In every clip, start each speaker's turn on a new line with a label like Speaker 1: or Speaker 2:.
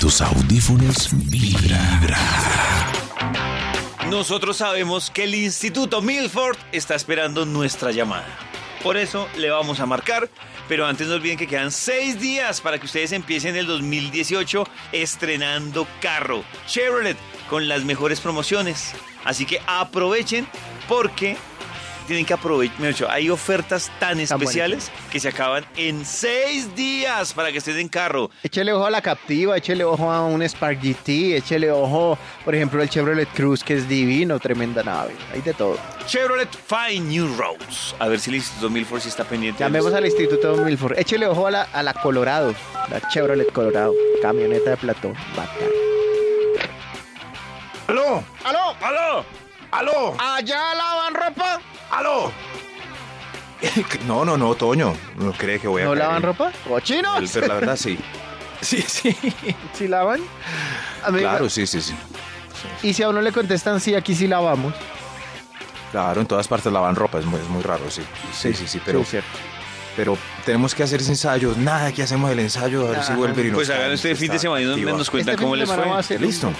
Speaker 1: tus audífonos vibra.
Speaker 2: Nosotros sabemos que el Instituto Milford está esperando nuestra llamada. Por eso le vamos a marcar, pero antes no olviden que quedan seis días para que ustedes empiecen el 2018 estrenando carro Chevrolet con las mejores promociones. Así que aprovechen porque tienen que aprovechar. mejor dicho, Hay ofertas tan especiales que se acaban en seis días para que estén en carro.
Speaker 3: Échele ojo a la Captiva, échele ojo a un Spark GT, échele ojo, por ejemplo, el Chevrolet Cruz, que es divino, tremenda nave. Hay de todo.
Speaker 2: Chevrolet Find New Roads. A ver si el Instituto Milford sí está pendiente. de
Speaker 3: Llamemos al Instituto Milford. Échele ojo a la, a la Colorado, la Chevrolet Colorado, camioneta de platón. Bacán.
Speaker 4: ¡Aló!
Speaker 3: ¡Aló!
Speaker 2: ¡Aló!
Speaker 4: ¡Aló!
Speaker 3: ¿Allá lavan ropa?
Speaker 4: ¡Aló! No, no, no, Toño. No cree que voy a.
Speaker 3: ¿No
Speaker 4: caer
Speaker 3: lavan
Speaker 4: en-
Speaker 3: ropa?
Speaker 4: El-
Speaker 3: ¡Cochinos!
Speaker 4: Pero la verdad sí. Sí, sí.
Speaker 3: ¿Sí lavan? Amigo,
Speaker 4: Claro, sí, sí, sí.
Speaker 3: Y si a uno le contestan, sí, aquí sí lavamos.
Speaker 4: Claro, en todas partes lavan ropa, es muy, es muy raro, sí. Sí, sí, sí, pero,
Speaker 3: Sí, cierto.
Speaker 4: pero tenemos que hacer ese ensayo. Nada, que hacemos el ensayo, a ver si
Speaker 3: Ajá.
Speaker 4: vuelve y nos
Speaker 2: Pues hagan
Speaker 4: cae,
Speaker 2: este fin
Speaker 4: está
Speaker 2: de semana y nos,
Speaker 4: activa.
Speaker 2: nos cuentan
Speaker 3: Este fin
Speaker 2: cómo
Speaker 3: de
Speaker 2: les
Speaker 3: semana
Speaker 2: fue.
Speaker 3: va a ser un-
Speaker 4: Listo,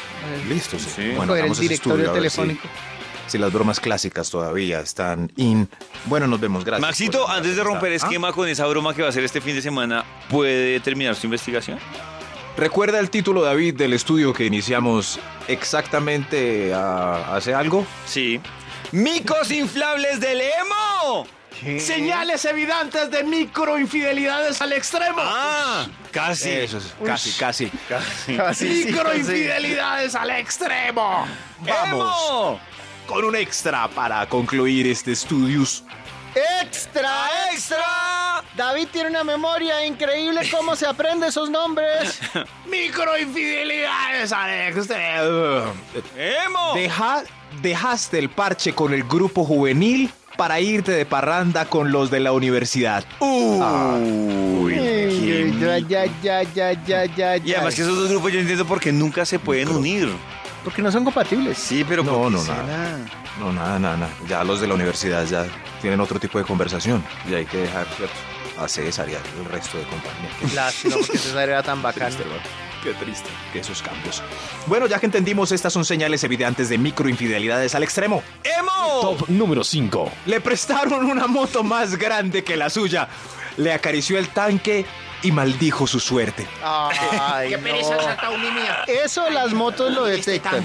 Speaker 4: listo, sí.
Speaker 2: Sí.
Speaker 4: Bueno,
Speaker 3: Coger el
Speaker 4: hagamos ese
Speaker 3: directorio
Speaker 4: estudio, a ver si-
Speaker 3: telefónico.
Speaker 4: Si, las bromas clásicas todavía están in. Bueno, nos vemos, gracias.
Speaker 2: Maxito,
Speaker 4: por-
Speaker 2: antes de romper
Speaker 4: ¿Ah?
Speaker 2: esquema con esa broma que va a hacer este fin de semana, ¿puede terminar su investigación?
Speaker 4: ¿Recuerda el título, David, del estudio que iniciamos exactamente ah, hace algo?
Speaker 2: Sí. ¡Micos inflables del emo!
Speaker 5: Señales evidentes de microinfidelidades al extremo.
Speaker 2: ¡Ah! Casi.
Speaker 4: Eso es, casi, casi.
Speaker 3: Así sí, así.
Speaker 5: microinfidelidades al extremo.
Speaker 4: Vamos
Speaker 2: ¡Emo!
Speaker 4: con un extra para concluir este estudios.
Speaker 3: ¡Extra,
Speaker 2: ¡Extra!
Speaker 3: David tiene una memoria increíble cómo se aprende esos nombres.
Speaker 5: Microinfidelidades al extremo.
Speaker 2: ¡Emo!
Speaker 4: Deja, dejaste el parche con el grupo juvenil para irte de parranda con los de la universidad.
Speaker 2: Uy.
Speaker 3: Ay, ya, ya, ya, ya, ya, ya,
Speaker 2: Y
Speaker 3: ya.
Speaker 2: además que esos dos grupos yo entiendo por qué nunca se pueden unir.
Speaker 3: Porque no son compatibles.
Speaker 2: Sí, pero
Speaker 4: No,
Speaker 2: ¿por qué
Speaker 4: no,
Speaker 2: será?
Speaker 3: Ah,
Speaker 4: No, nada, nada, nada. Ya los de la universidad ya tienen otro tipo de conversación y hay que dejar ¿cierto? a César y al resto de compañía. Qué
Speaker 3: Lástima, porque César era tan bacán.
Speaker 4: triste, hermano. Qué triste que esos cambios. Bueno, ya que entendimos, estas son señales evidentes de microinfidelidades al extremo.
Speaker 2: ¡Emo!
Speaker 1: Top número 5.
Speaker 4: Le prestaron una moto más grande que la suya. Le acarició el tanque y maldijo su suerte.
Speaker 3: Ay,
Speaker 5: Qué pereza
Speaker 3: no.
Speaker 5: Santa Unimia.
Speaker 3: Eso las motos lo
Speaker 5: Este
Speaker 3: detectan.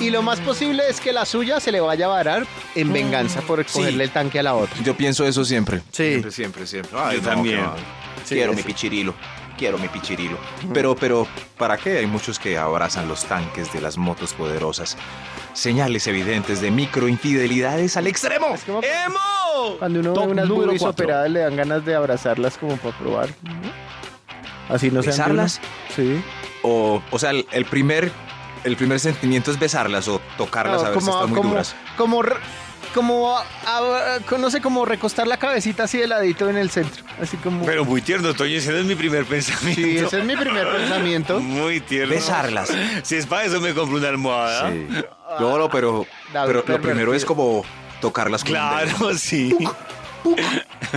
Speaker 3: Y lo más posible es que la suya se le vaya a varar en venganza por cogerle el tanque a la otra.
Speaker 4: Yo pienso eso siempre.
Speaker 3: Sí.
Speaker 4: Siempre, siempre, siempre. Ay,
Speaker 2: Yo
Speaker 4: no,
Speaker 2: también.
Speaker 4: qué mal.
Speaker 3: Sí,
Speaker 4: Quiero mi
Speaker 3: sí.
Speaker 4: pichirilo. Quiero mi pichirilo. Pero, pero, ¿para qué? Hay muchos que abrazan los tanques de las motos poderosas. Señales evidentes de microinfidelidades al extremo.
Speaker 3: Es como
Speaker 2: ¡Emo!
Speaker 3: cuando uno ve
Speaker 1: Top
Speaker 3: unas
Speaker 1: número
Speaker 3: boobies
Speaker 1: cuatro.
Speaker 3: operadas le dan ganas de abrazarlas como para probar. Así no se
Speaker 4: ¿Besarlas?
Speaker 3: Sí.
Speaker 4: O, o sea, el, el primer, el primer sentimiento es besarlas o tocarlas
Speaker 3: No,
Speaker 4: a ver si están muy
Speaker 3: como,
Speaker 4: duras.
Speaker 3: como, re- como, a- a- con- no sé, como recostar la cabecita así de ladito en el centro. Así como.
Speaker 2: Pero muy tierno, Toño, ese es mi primer pensamiento.
Speaker 3: sí, ese es mi primer pensamiento.
Speaker 2: Muy tierno.
Speaker 4: Besarlas.
Speaker 2: Si es para eso me compro una almohada.
Speaker 4: Sí. No, no, pero,
Speaker 3: David
Speaker 4: pero lo
Speaker 3: pervertido.
Speaker 4: primero es como tocarlas con un dedo.
Speaker 2: Claro, sí.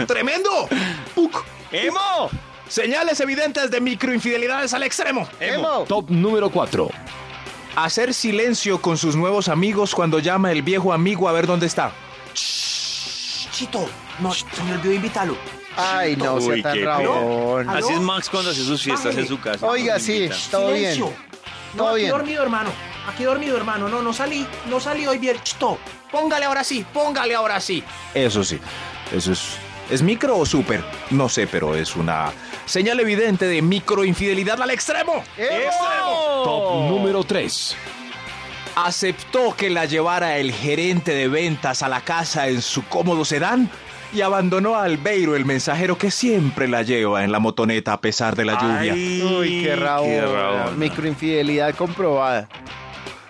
Speaker 5: ¡Tremendo!
Speaker 4: Puc.
Speaker 2: ¡Emo!
Speaker 5: Señales evidentes de microinfidelidades al extremo.
Speaker 3: Emo.
Speaker 1: Top número 4.
Speaker 4: Hacer silencio con sus nuevos amigos cuando llama el viejo amigo a ver dónde está.
Speaker 5: Chito, no, se me olvidó invitarlo.
Speaker 3: Ay, no,
Speaker 2: Uy,
Speaker 3: sea tan
Speaker 2: qué
Speaker 3: rabón.
Speaker 5: ¿Aló?
Speaker 2: Así es Max cuando hace sus fiestas en su casa.
Speaker 3: Oiga,
Speaker 2: Nos
Speaker 3: sí,
Speaker 2: invita.
Speaker 3: todo bien.
Speaker 5: No,
Speaker 3: Todo
Speaker 5: aquí
Speaker 3: bien.
Speaker 5: dormido, hermano. Aquí dormido, hermano. No, no salí. No salí hoy bien. Chito, póngale ahora sí. Póngale ahora sí.
Speaker 4: Eso sí, eso es. ¿Es micro o super? No sé, pero es una señal evidente de microinfidelidad al extremo.
Speaker 3: ¡Emo!
Speaker 1: Top número 3.
Speaker 4: Aceptó que la llevara el gerente de ventas a la casa en su cómodo sedán y abandonó a Albeiro, el mensajero que siempre la lleva en la motoneta a pesar de la lluvia.
Speaker 2: Ay,
Speaker 3: Uy, qué rabón.
Speaker 2: rabona.
Speaker 3: Microinfidelidad comprobada.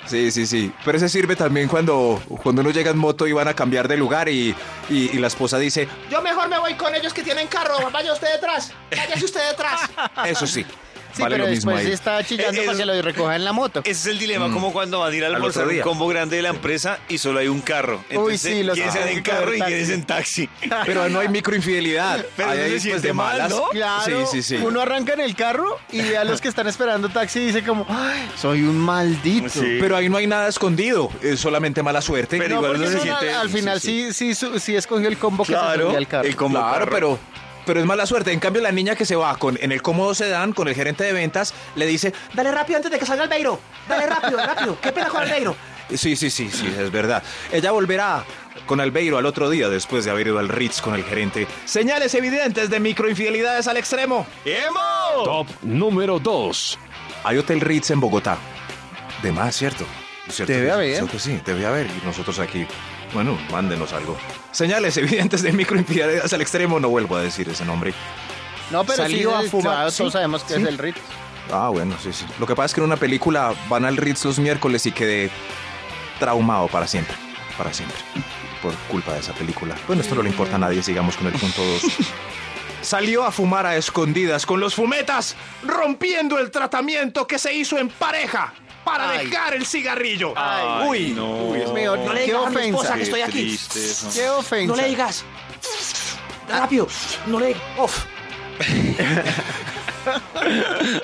Speaker 4: Sí, sí, sí. Pero ese sirve también cuando, cuando uno llega en moto y van a cambiar de lugar y, y- y la esposa dice,
Speaker 5: Yo mejor me voy con ellos que tienen carro. Vaya usted detrás. Váyase usted detrás.
Speaker 4: eso sí,
Speaker 3: Sí,
Speaker 4: Vale
Speaker 3: pero
Speaker 4: lo mismo
Speaker 3: después
Speaker 4: ahí.
Speaker 3: está chillando
Speaker 2: Es-
Speaker 3: para que lo recojan en la moto.
Speaker 2: Ese es el dilema, como cuando van a ir a almorzar
Speaker 4: Mm. otro
Speaker 2: un
Speaker 4: día.
Speaker 2: combo grande de la empresa y solo hay un carro. Entonces,
Speaker 3: sí, los
Speaker 2: ¿quién se va en
Speaker 3: taxis,
Speaker 2: carro y
Speaker 3: taxis.
Speaker 2: quién es en taxi?
Speaker 4: Pero no hay microinfidelidad.
Speaker 2: Pero
Speaker 4: Ahí
Speaker 2: no se
Speaker 4: hay, pues,
Speaker 2: siente
Speaker 4: de
Speaker 2: mal,
Speaker 4: malas.
Speaker 2: ¿no?
Speaker 3: Claro,
Speaker 4: Sí, sí, sí.
Speaker 3: uno arranca en el carro y ve a los que están esperando taxi y dice como, "Ay, soy un maldito.
Speaker 2: Sí.
Speaker 4: Pero ahí no hay nada escondido, es solamente mala suerte.
Speaker 2: Pero
Speaker 3: No,
Speaker 2: igual
Speaker 3: porque
Speaker 2: uno se
Speaker 3: son al-
Speaker 2: siente-
Speaker 3: Al
Speaker 2: sí,
Speaker 3: final
Speaker 4: sí,
Speaker 3: sí, sí, su- sí escogió el combo que se subía al carro.
Speaker 2: el combo
Speaker 4: claro,
Speaker 2: carro.
Speaker 4: pero, pero es mala suerte. En cambio, la niña que se va con en el cómodo sedán con el gerente de ventas le dice,
Speaker 5: Dale rápido antes de que salga el Beiro. Dale rápido, rápido. ¿Qué pena con el Beiro?
Speaker 4: sí, sí, sí, sí, es verdad. Ella volverá con Albeiro al otro día después de haber ido al Ritz con el gerente. Señales evidentes de microinfidelidades al extremo.
Speaker 2: ¡Emo!
Speaker 1: Top número 2.
Speaker 4: Hay Hotel Ritz en Bogotá. De más, ¿cierto? ¿Cierto
Speaker 3: Debe
Speaker 4: que-
Speaker 3: haber.
Speaker 4: ¿cierto que sí, debe haber. Y nosotros aquí, bueno, mándenos algo. Señales evidentes de microinfidelidades al extremo. No vuelvo a decir ese nombre.
Speaker 3: no, pero sí,
Speaker 4: salió a
Speaker 3: es-
Speaker 4: fumar,
Speaker 3: claro,
Speaker 4: sí,
Speaker 3: todos sabemos que
Speaker 4: sí.
Speaker 3: es el ritmo.
Speaker 4: Ah, bueno, sí, sí. Lo que pasa es que en una película van al Ritz los miércoles y quedé traumado para siempre. Para siempre. Por culpa de esa película. Bueno, esto no le importa a nadie, sigamos con el punto 2. Salió a fumar a escondidas con los fumetas, rompiendo el tratamiento que se hizo en pareja para
Speaker 3: Ay. Ah.
Speaker 4: dejar el cigarrillo.
Speaker 2: Ay,
Speaker 4: Uy,
Speaker 2: no.
Speaker 3: mío,
Speaker 5: No le
Speaker 3: qué
Speaker 5: digas a mi esposa
Speaker 3: ofensa.
Speaker 5: que estoy aquí.
Speaker 3: Qué ofensa.
Speaker 5: No le digas. Rápido. No le Uf.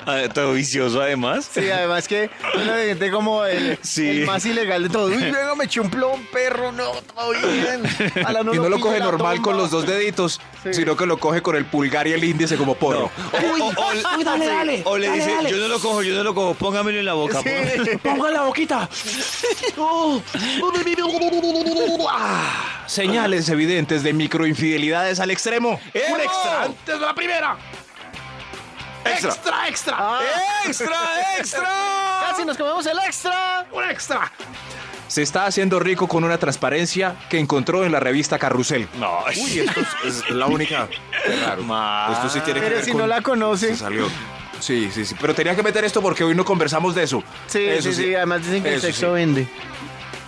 Speaker 2: Ah, Todo vicioso, además.
Speaker 3: Sí, además que uno se siente como el,
Speaker 2: Sí.
Speaker 3: el más ilegal de todo. Uy, venga, me eché un plomo, perro, no, todo bien. A la
Speaker 4: y no lo
Speaker 3: pille
Speaker 4: coge
Speaker 3: la
Speaker 4: normal con
Speaker 3: tumba.
Speaker 4: los dos deditos,
Speaker 3: Sí.
Speaker 4: sino que lo coge con el pulgar y el índice como porro.
Speaker 5: Uy, uy, dale, dale.
Speaker 2: O le
Speaker 5: dale,
Speaker 2: dice,
Speaker 5: dale.
Speaker 2: yo no lo cojo, yo no lo cojo, póngamelo en la boca. póngamelo".
Speaker 5: Ponga la boquita. Oh. Ah.
Speaker 4: Señales evidentes de microinfidelidades al extremo.
Speaker 2: ¡Emo!
Speaker 4: Un extra antes de la primera.
Speaker 2: Extra.
Speaker 4: extra, extra.
Speaker 3: Ah.
Speaker 4: extra, extra.
Speaker 5: Ah,
Speaker 3: Casi nos comemos el extra.
Speaker 4: Un extra. Se está haciendo rico con una transparencia que encontró en la revista Carrusel.
Speaker 2: No,
Speaker 4: Uy, esto es, es la única. Qué raro.
Speaker 2: Mal.
Speaker 4: Esto sí tiene que
Speaker 3: Pero
Speaker 4: ver
Speaker 3: si
Speaker 4: con-
Speaker 3: no la conoce.
Speaker 4: Se salió. Sí, sí, sí. Pero tenía que meter esto porque hoy no conversamos de eso.
Speaker 3: Sí,
Speaker 4: Eso
Speaker 3: sí, sí, Además dicen que el
Speaker 4: Eso
Speaker 3: sexo
Speaker 4: sí.
Speaker 3: vende.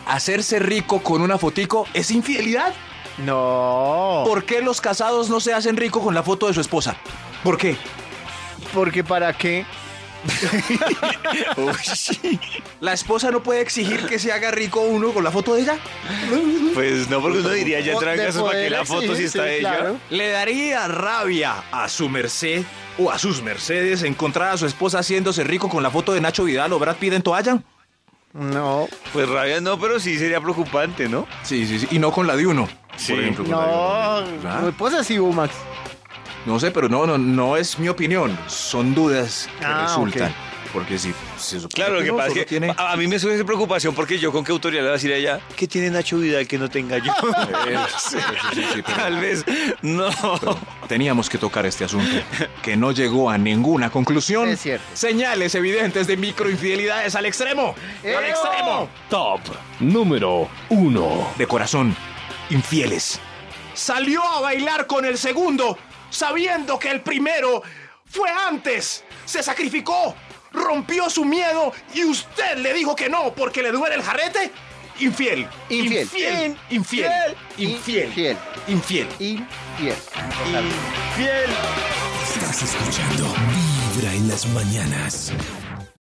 Speaker 4: ¿Hacerse rico con una fotico es infidelidad?
Speaker 3: No.
Speaker 4: ¿Por qué los casados no se hacen rico con la foto de su esposa? ¿Por qué?
Speaker 3: Porque para qué.
Speaker 4: ¿La esposa no puede exigir que se haga rico uno con la foto de ella?
Speaker 2: Pues no, porque uno diría, ya
Speaker 3: Po-
Speaker 2: traen
Speaker 3: de
Speaker 2: casos para que
Speaker 3: poder
Speaker 2: la foto sí
Speaker 3: exigir,
Speaker 2: está
Speaker 3: sí,
Speaker 2: ella.
Speaker 3: claro.
Speaker 4: ¿Le daría rabia a su merced o a sus mercedes encontrar a su esposa haciéndose rico con la foto de Nacho Vidal o Brad Pitt en toalla?
Speaker 3: No.
Speaker 2: Pues rabia no, pero sí sería preocupante, ¿no?
Speaker 4: Sí, sí, sí. Y no con la de uno.
Speaker 2: Sí.
Speaker 4: con la de
Speaker 3: No.
Speaker 4: uno. ¿Verdad?
Speaker 3: Muy posesivo, Max.
Speaker 4: No sé, pero no, no, no es mi opinión. Son dudas que
Speaker 3: Ah,
Speaker 4: resultan.
Speaker 3: ok.
Speaker 4: Porque si se supone
Speaker 2: Claro, lo que
Speaker 4: uno
Speaker 2: pasa es
Speaker 4: solo
Speaker 2: que Ah,
Speaker 4: tiene-
Speaker 2: a, a mí me surge preocupación porque yo con qué autoridad le voy a decir a ella, ¿qué tiene Nacho Vidal que no tenga yo?
Speaker 4: Sí, sí, sí, pero-
Speaker 2: Tal vez, no.
Speaker 4: Teníamos que tocar este asunto, que no llegó a ninguna conclusión.
Speaker 3: Es cierto.
Speaker 4: Señales evidentes de microinfidelidades al extremo. Al
Speaker 3: ¡Eo!
Speaker 4: extremo.
Speaker 1: Top número 1.
Speaker 4: De corazón, infieles. Salió a bailar con el segundo, sabiendo que el primero fue antes. Se sacrificó, rompió su miedo y usted le dijo que no porque le duele el jarrete. Infiel.
Speaker 3: Infiel.
Speaker 4: Infiel. Infiel. Infiel.
Speaker 3: Infiel.
Speaker 4: Infiel.
Speaker 3: Infiel.
Speaker 1: Estás escuchando Vibra en las mañanas.